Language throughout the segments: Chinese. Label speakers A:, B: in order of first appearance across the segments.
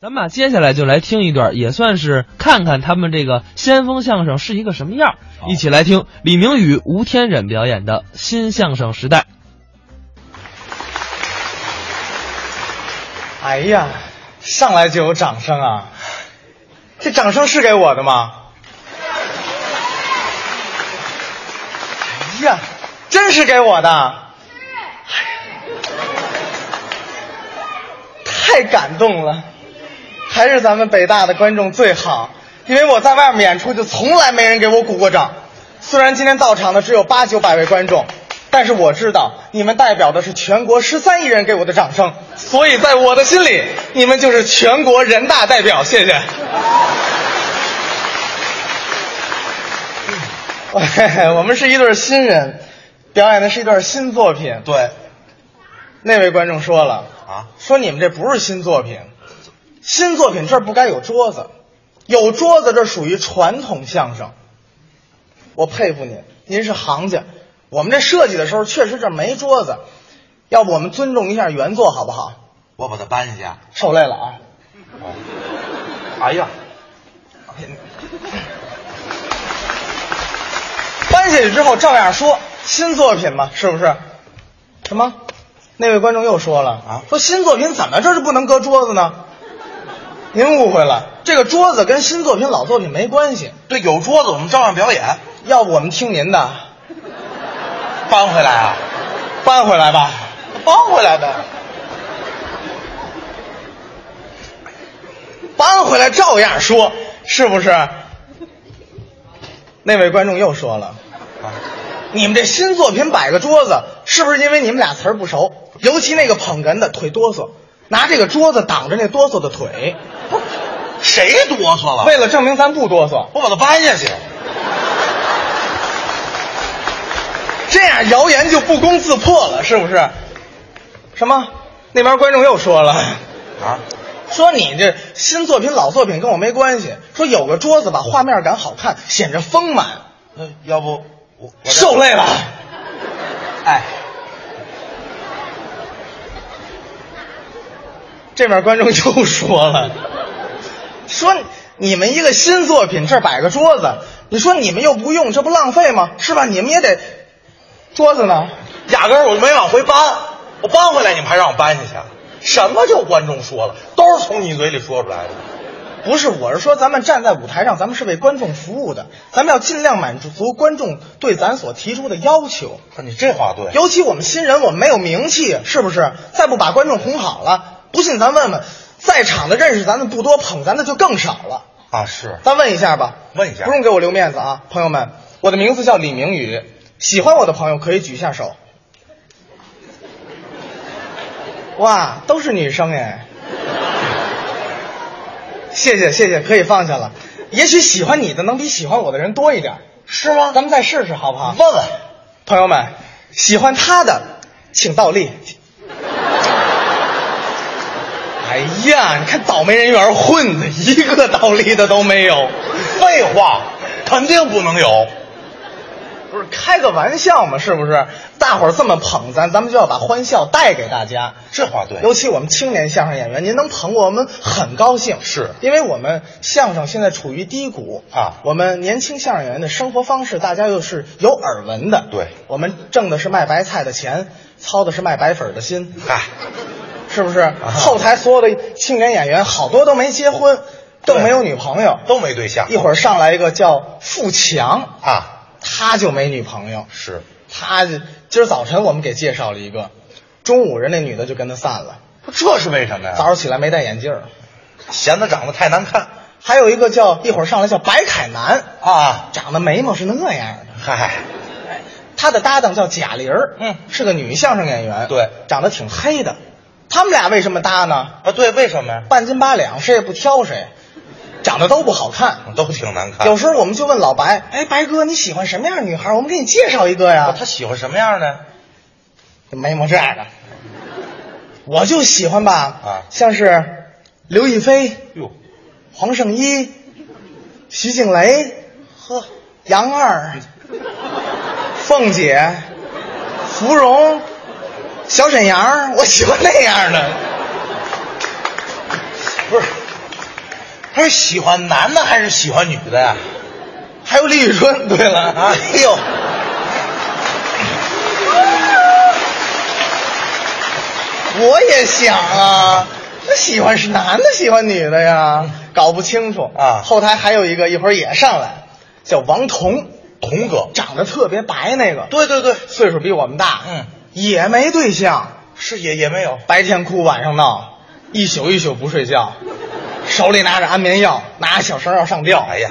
A: 咱们啊，接下来就来听一段，也算是看看他们这个先锋相声是一个什么样儿。
B: 好
A: 一起来听李明宇、吴天忍表演的新相声时代。
B: 哎呀，上来就有掌声啊！这掌声是给我的吗？哎呀，真是给我的！哎呀太感动了，还是咱们北大的观众最好，因为我在外面演出就从来没人给我鼓过掌。虽然今天到场的只有八九百位观众，但是我知道你们代表的是全国十三亿人给我的掌声，所以在我的心里，你们就是全国人大代表。谢 谢。我们是一对新人，表演的是一段新作品。
C: 对，
B: 那位观众说了
C: 啊
B: 说你们这不是新作品，新作品这儿不该有桌子，有桌子这属于传统相声。我佩服您，您是行家。我们这设计的时候确实这儿没桌子，要不我们尊重一下原作好不好？
C: 我把它搬下。
B: 受累了啊！
C: 哎呀，
B: 搬下去之后照样说新作品嘛，是不是？什么？那位观众又说了
C: 啊
B: 说新作品怎么这就不能搁桌子呢？您误会了，这个桌子跟新作品、老作品没关系。
C: 对，有桌子我们照样表演，
B: 要不我们听您的，
C: 搬回来啊，
B: 搬回来吧。
C: 搬回来呗。
B: 搬回来照样说，是不是？那位观众又说了，
C: 啊
B: 你们这新作品摆个桌子，是不是因为你们俩词儿不熟？尤其那个捧哏的腿哆嗦，拿这个桌子挡着那哆嗦的腿，
C: 谁哆嗦了？
B: 为了证明咱不哆嗦，
C: 我把它搬下去。
B: 这样谣言就不攻自破了，是不是？什么？那边观众又说了。
C: 啊，
B: 说你这新作品、老作品跟我没关系。说有个桌子吧，画面感好看，显着丰满。
C: 那要不我我再
B: 受累了，
C: 哎，
B: 这边观众又说了，说你们一个新作品这儿摆个桌子，你说你们又不用，这不浪费吗？是吧？你们也得桌子呢？
C: 压根儿我就没往回搬，我搬回来你们还让我搬下去啊？什么叫观众说了，都是从你嘴里说出来的。
B: 不是，我是说咱们站在舞台上，咱们是为观众服务的，咱们要尽量满足观众对咱所提出的要求。
C: 不是你这话对，
B: 尤其我们新人，我们没有名气，是不是？再不把观众哄好了，不信咱问问，在场的认识咱的不多，捧咱的就更少了。
C: 啊是
B: 咱问一下吧，
C: 问一下
B: 不用给我留面子啊，朋友们，我的名字叫李明宇，喜欢我的朋友可以举一下手。哇，都是女生哎，谢谢谢谢，可以放下了。也许喜欢你的能比喜欢我的人多一点，
C: 是吗？
B: 咱们再试试好不好？
C: 问问，
B: 朋友们，喜欢他的请倒 立。哎呀，你看倒霉人缘混的，一个倒立的都没有。
C: 废话，肯定不能有。
B: 不是开个玩笑嘛，是不是？大伙儿这么捧咱，咱们就要把欢笑带给大家。
C: 这话对，
B: 尤其我们青年相声演员，您能捧我们很高兴，
C: 是
B: 因为我们相声现在处于低谷
C: 啊
B: 我们年轻相声演员的生活方式，大家又是有耳闻的，
C: 对
B: 我们挣的是卖白菜的钱，操的是卖白粉的心，
C: 嗨，
B: 是不是？
C: 啊
B: 后台所有的青年演员好多都没结婚，更
C: 对
B: 没有女朋友，
C: 都没对象
B: 一会儿上来一个叫富强，
C: 啊，
B: 他就没女朋友，
C: 是
B: 他今儿早晨我们给介绍了一个，中午人那女的就跟他散了，
C: 这是为什么呀？
B: 早上起来没戴眼镜儿。
C: 嫌他长得太难看
B: 还有一个叫一会儿上来叫白凯南，
C: 啊！
B: 长得眉毛是那样的。
C: 嗨，
B: 他的搭档叫贾玲儿，
C: 嗯
B: 是个女相声演员，
C: 对
B: 长得挺黑的。他们俩为什么搭呢？
C: 啊，对，为什么呀？
B: 半斤八两，谁也不挑谁，长得都不好看。
C: 都挺难看。
B: 有时候我们就问老白，哎，白哥你喜欢什么样的女孩？我们给你介绍一个
C: 啊
B: 呀。
C: 他喜欢什么样的？
B: 眉毛这样的，我就喜欢吧，
C: 啊
B: 像是刘亦菲、
C: 哟，
B: 黄圣依、徐静蕾、
C: 呵，
B: 杨二、凤姐、芙蓉、小沈阳，我喜欢那样的。
C: 不是，他是喜欢男的还是喜欢女的呀？
B: 还有李宇春。对了啊，
C: 哎呦，
B: 我也想啊，那喜欢是男的喜欢女的呀？搞不清楚
C: 啊
B: 后台还有一个，一会儿也上来，叫王彤，
C: 童哥，
B: 长得特别白那个，
C: 对对对，
B: 岁数比我们大，
C: 嗯，
B: 也没对象，
C: 是也也没有，
B: 白天哭晚上闹，一宿一宿不睡觉，手里拿着安眠药，拿着小绳要上吊。
C: 哎呀，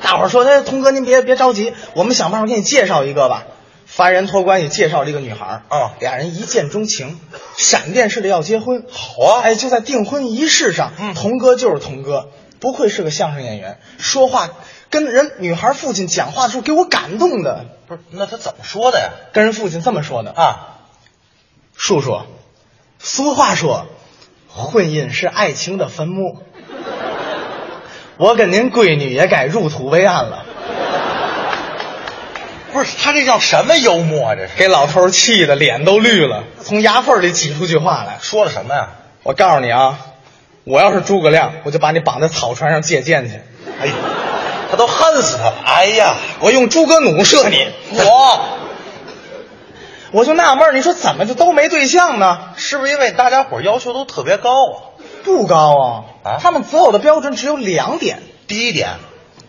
B: 大伙儿说：“哎，童哥，您别别着急，我们想办法给你介绍一个吧。”烦人托关系介绍了一个女孩儿，
C: 哦
B: 啊俩人一见钟情，闪电似的要结婚。
C: 好啊
B: 哎，就在订婚仪式上，
C: 嗯
B: 童哥就是童哥，不愧是个相声演员，说话跟人女孩父亲讲话的时候给我感动的，
C: 不是，那他怎么说的呀？
B: 跟人父亲这么说的：“
C: 啊，
B: 叔叔，俗话说，婚姻是爱情的坟墓。我跟您闺女也该入土为安了。”
C: 不是，他这叫什么幽默啊？这是
B: 给老头气的脸都绿了，从牙缝里挤出句话来
C: 说了什么呀？：“
B: 我告诉你啊，我要是诸葛亮，我就把你绑在草船上借箭去，
C: 哎呀，他都恨死他了！哎呀，
B: 我用诸葛弩射你。”
C: 我
B: 我就纳闷儿，你说怎么就都没对象呢？
C: 是不是因为大家伙儿要求都特别高啊？
B: 不高啊
C: 啊
B: 他们择偶的标准只有两点：
C: 第一点，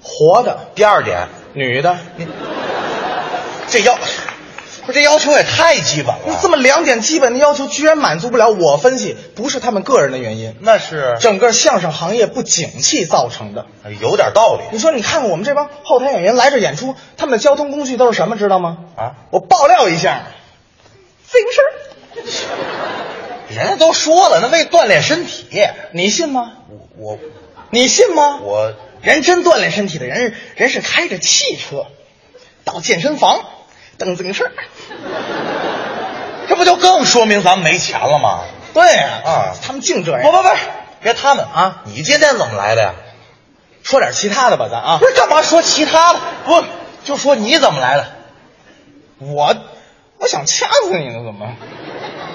B: 活的、
C: 第二点，
B: 女的。
C: 这要不是这要求也太基本
B: 那
C: 了。
B: 这么两点基本的要求居然满足不了，我分析不是他们个人的原因，
C: 那是
B: 整个相声行业不景气造成的。
C: 哎有点道理
B: 你说，你看看我们这帮后台演员来这演出，他们的交通工具都是什么，知道吗？
C: 啊！
B: 我爆料一下，自行车，
C: 人家都说了，那为锻炼身体，
B: 你信吗？
C: 我我
B: 你信吗？
C: 我
B: 人真锻炼身体的人，人是开着汽车到健身房蹬自行车。
C: 这不就更说明咱们没钱了吗？
B: 对呀、
C: 啊
B: 他们净这样。
C: 不不不，别他们
B: 啊
C: 你今天怎么来的呀？
B: 说点其他的吧，咱啊
C: 不，是干嘛说其他的？不，就说你怎么来的？
B: 我我想掐死你呢，怎么？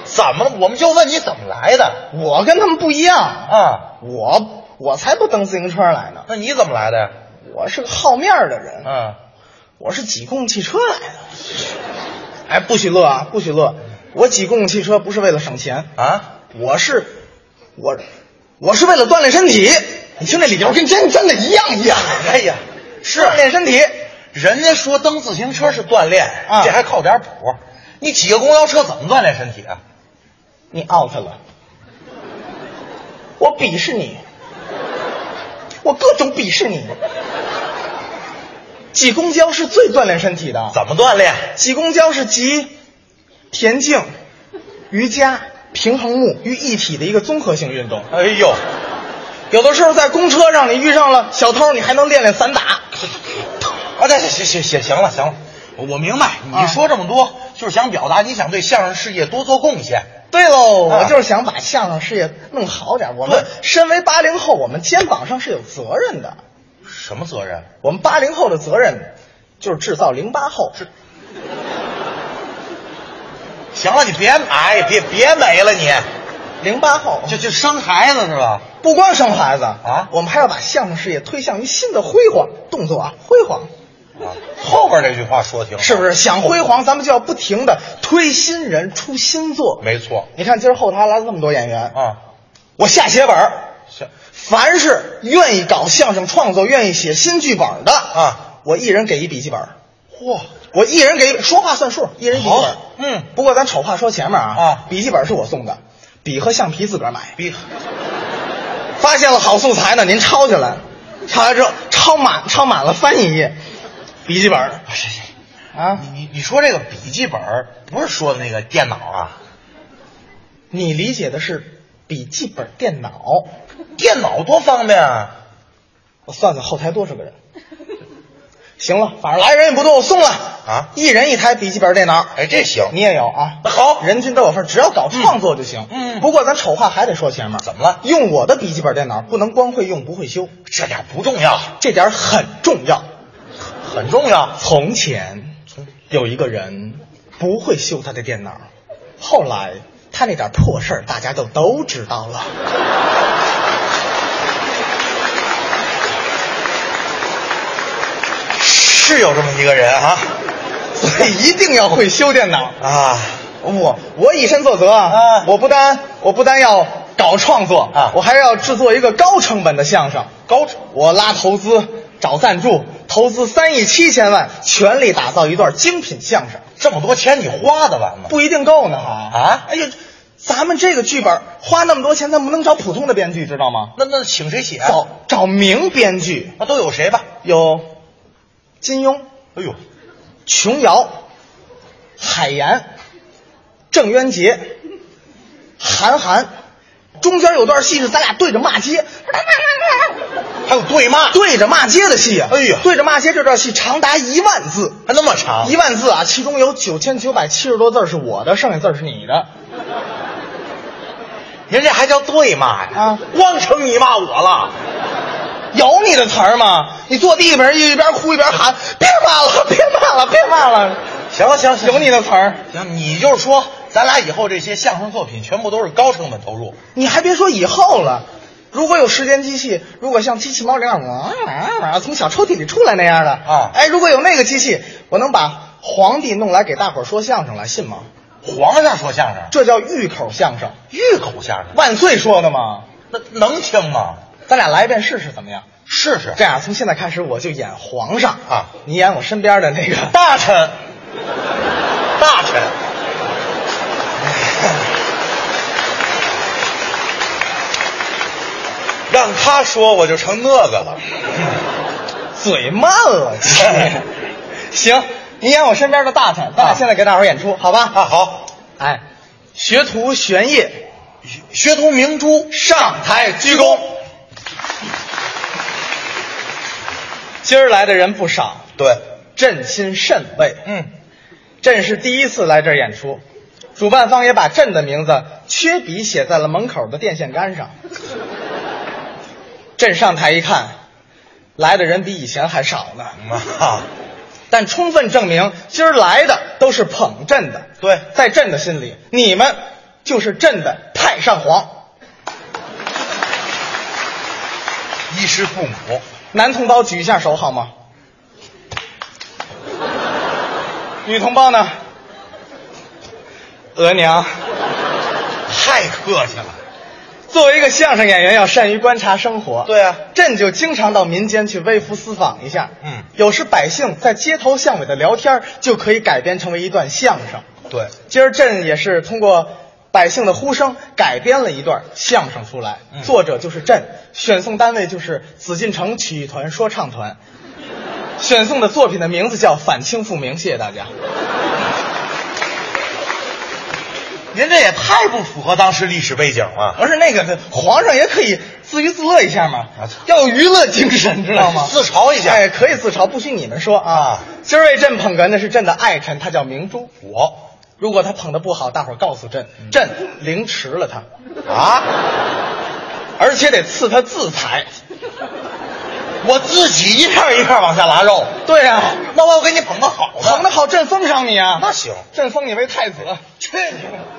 C: 怎么了？我们就问你怎么来的
B: 我跟他们不一样，
C: 啊？
B: 我我才不蹬自行车来呢，
C: 那你怎么来的呀？
B: 我是个好面儿的人。
C: 嗯，
B: 我是挤公共汽车来的。哎，不许乐啊，不许乐！我挤公共汽车不是为了省钱，
C: 啊，
B: 我是我我是为了锻炼身体。你听这理由跟真真的一样一样。
C: 哎呀，
B: 是锻炼身体。
C: 人家说蹬自行车是锻炼，
B: 啊
C: 这还靠点谱。你挤个公交车怎么锻炼身体啊？
B: 你 out 了，我鄙视你，我各种鄙视你。挤公交是最锻炼身体的，
C: 怎么锻炼？
B: 挤公交是集田径、瑜伽、平衡木于一体的一个综合性运动。
C: 哎呦，
B: 有的时候在公车上你遇上了小偷，你还能练练散打。
C: 啊，这行行行行了行了，我明白
B: 啊
C: 你说这么多，就是想表达你想对相声事业多做贡献。
B: 对喽，
C: 啊
B: 我就是想把相声事业弄好点。我们
C: 对
B: 身为八零后，我们肩膀上是有责任的。
C: 什么责任？
B: 我们八零后的责任就是制造零八后。
C: 行了，你别哎，别别没了你，
B: 零八后
C: 就就生孩子是吧？
B: 不光生孩子
C: 啊
B: 我们还要把相声事业推向于新的辉煌。动作啊，辉煌。
C: 啊，后边这句话说挺好
B: 是不是？想辉煌，咱们就要不停的推新人出新作。
C: 没错
B: 你看今儿后台来了这么多演员，
C: 啊，
B: 我下血本儿，
C: 行，
B: 凡是愿意搞相声创作、愿意写新剧本的
C: 啊，
B: 我一人给一笔记本儿，
C: 嚯，
B: 我一人给一说话算数，一人一笔记本儿
C: 好。嗯
B: 不过咱丑话说前面啊，
C: 啊
B: 笔记本是我送的，笔和橡皮自个儿买。
C: 比
B: 发现了好素材呢，您抄下来，抄来之后抄满抄满了翻一页，笔记本儿
C: 是是，
B: 啊，
C: 你你你说这个笔记本儿不是说的那个电脑啊？
B: 你理解的是笔记本电脑。
C: 电脑多方便啊！
B: 我算算后台多少个人。行了，反正来人也不多，我送了
C: 啊
B: 一人一台笔记本电脑。
C: 哎，这行，
B: 你也有啊？
C: 那好
B: 人均都有份，只要搞创作就行。
C: 嗯嗯
B: 不过咱丑话还得说前面，
C: 怎么了
B: 用我的笔记本电脑不能光会用不会修，
C: 这点不重要，
B: 这点很重要。
C: 很重要。
B: 从前有一个人不会修他的电脑，后来他那点破事儿大家就都知道了。
C: 是有这么一个人啊
B: 所 以一定要会修电脑。
C: 啊，
B: 我我以身作则
C: 啊
B: 我不单我不单要搞创作
C: 啊
B: 我还要制作一个高成本的相声。
C: 高成
B: 我拉投资，找赞助，投资三亿七千万，全力打造一段精品相声，
C: 这么多钱你花得完吗？
B: 不一定够呢哈。
C: 啊
B: 哎呀，咱们这个剧本花那么多钱，咱不能找普通的编剧，知道吗？
C: 那那请谁写啊？
B: 找找名编剧，
C: 那都有谁吧？
B: 有金庸、
C: 哎呦，
B: 琼瑶、海岩、郑渊洁、韩寒，中间有段戏是咱俩对着骂街，
C: 还有对骂，
B: 对着骂街的戏啊！
C: 哎呀
B: 对着骂街这段戏长达一万字，
C: 还那么长，
B: 一万字啊，其中有九千九百七十多字是我的，剩下字是你的。
C: 人家还叫对骂呀？
B: 啊
C: 光成你骂我了，
B: 有你的词儿吗？你坐地上一边哭一边喊，别骂了， 别骂了，别骂了。
C: 行了行了，行了
B: 有你的词儿，
C: 行，你就是说，咱俩以后这些相声作品全部都是高成本投入，
B: 你还别说以后了。如果有时间机器，如果像机器猫这样，哇哇哇从小抽屉里出来那样的
C: 啊
B: 哎，如果有那个机器，我能把皇帝弄来给大伙儿说相声来，信吗？
C: 皇上说相声，
B: 这叫峪口相声，
C: 峪口相声，
B: 万岁说的嘛。
C: 那能听吗？
B: 咱俩来一遍试试怎么样？
C: 试试
B: 这样，从现在开始我就演皇上
C: 啊
B: 你演我身边的那个
C: 大臣，大臣，让他说我就成那个了。
B: 嘴慢了，你 行，你演我身边的大臣，咱俩
C: 啊
B: 现在给大伙儿演出，好吧？
C: 啊，好，
B: 哎，学徒玄烨
C: 学徒明珠
B: 上台鞠躬。今儿来的人不少，
C: 对，
B: 朕心甚慰。
C: 嗯，
B: 朕是第一次来这儿演出，主办方也把朕的名字缺笔写在了门口的电线杆上。朕上台一看，来的人比以前还少呢。
C: 妈，
B: 但充分证明今儿来的都是捧朕的。
C: 对
B: 在朕的心里，你们就是朕的太上皇。
C: 衣食父母，
B: 男同胞举一下手好 吗？女同胞呢？额娘，
C: 太客气了。
B: 作为一个相声演员，要善于观察生活。
C: 对啊
B: 朕就经常到民间去微服私访一下。
C: 嗯
B: 有时百姓在街头巷尾的聊天，就可以改编成为一段相声。
C: 对，
B: 今儿朕也是通过百姓的呼声改编了一段相声出来，
C: 嗯
B: 作者就是朕，选送单位就是紫禁城曲艺团说唱团，选送的作品的名字叫《反清复明》，谢谢大家。
C: 您这也太不符合当时历史背景了。
B: 而是那个皇上也可以自娱自乐一下嘛
C: 啊操，
B: 要有娱乐精神，知道吗？
C: 自嘲一下
B: 哎，可以自唬，不许你们说啊
C: 啊。
B: 今儿为朕捧哏的是朕的爱臣，他叫明珠。
C: 我
B: 如果他捧的不好，大伙儿告诉朕，朕凌迟了他。
C: 啊，
B: 而且得赐他自裁。
C: 我自己一片一片往下拉肉。
B: 对啊呀、
C: 那我给你捧个好的，
B: 捧得好，朕封赏你啊！
C: 那行
B: 朕封你为太子。
C: 去你的！